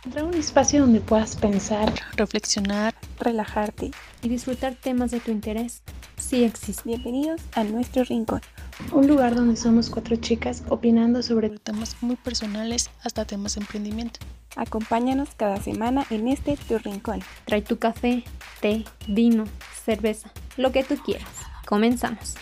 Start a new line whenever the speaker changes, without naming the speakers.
Encontrar un espacio donde puedas pensar,
reflexionar,
relajarte
y disfrutar temas de tu interés.
Sí existe. Bienvenidos a nuestro rincón.
Un lugar donde somos cuatro chicas opinando sobre
temas muy personales hasta temas de emprendimiento.
Acompáñanos cada semana en este Tu Rincón.
Trae tu café, té, vino, cerveza, lo que tú quieras. Comenzamos.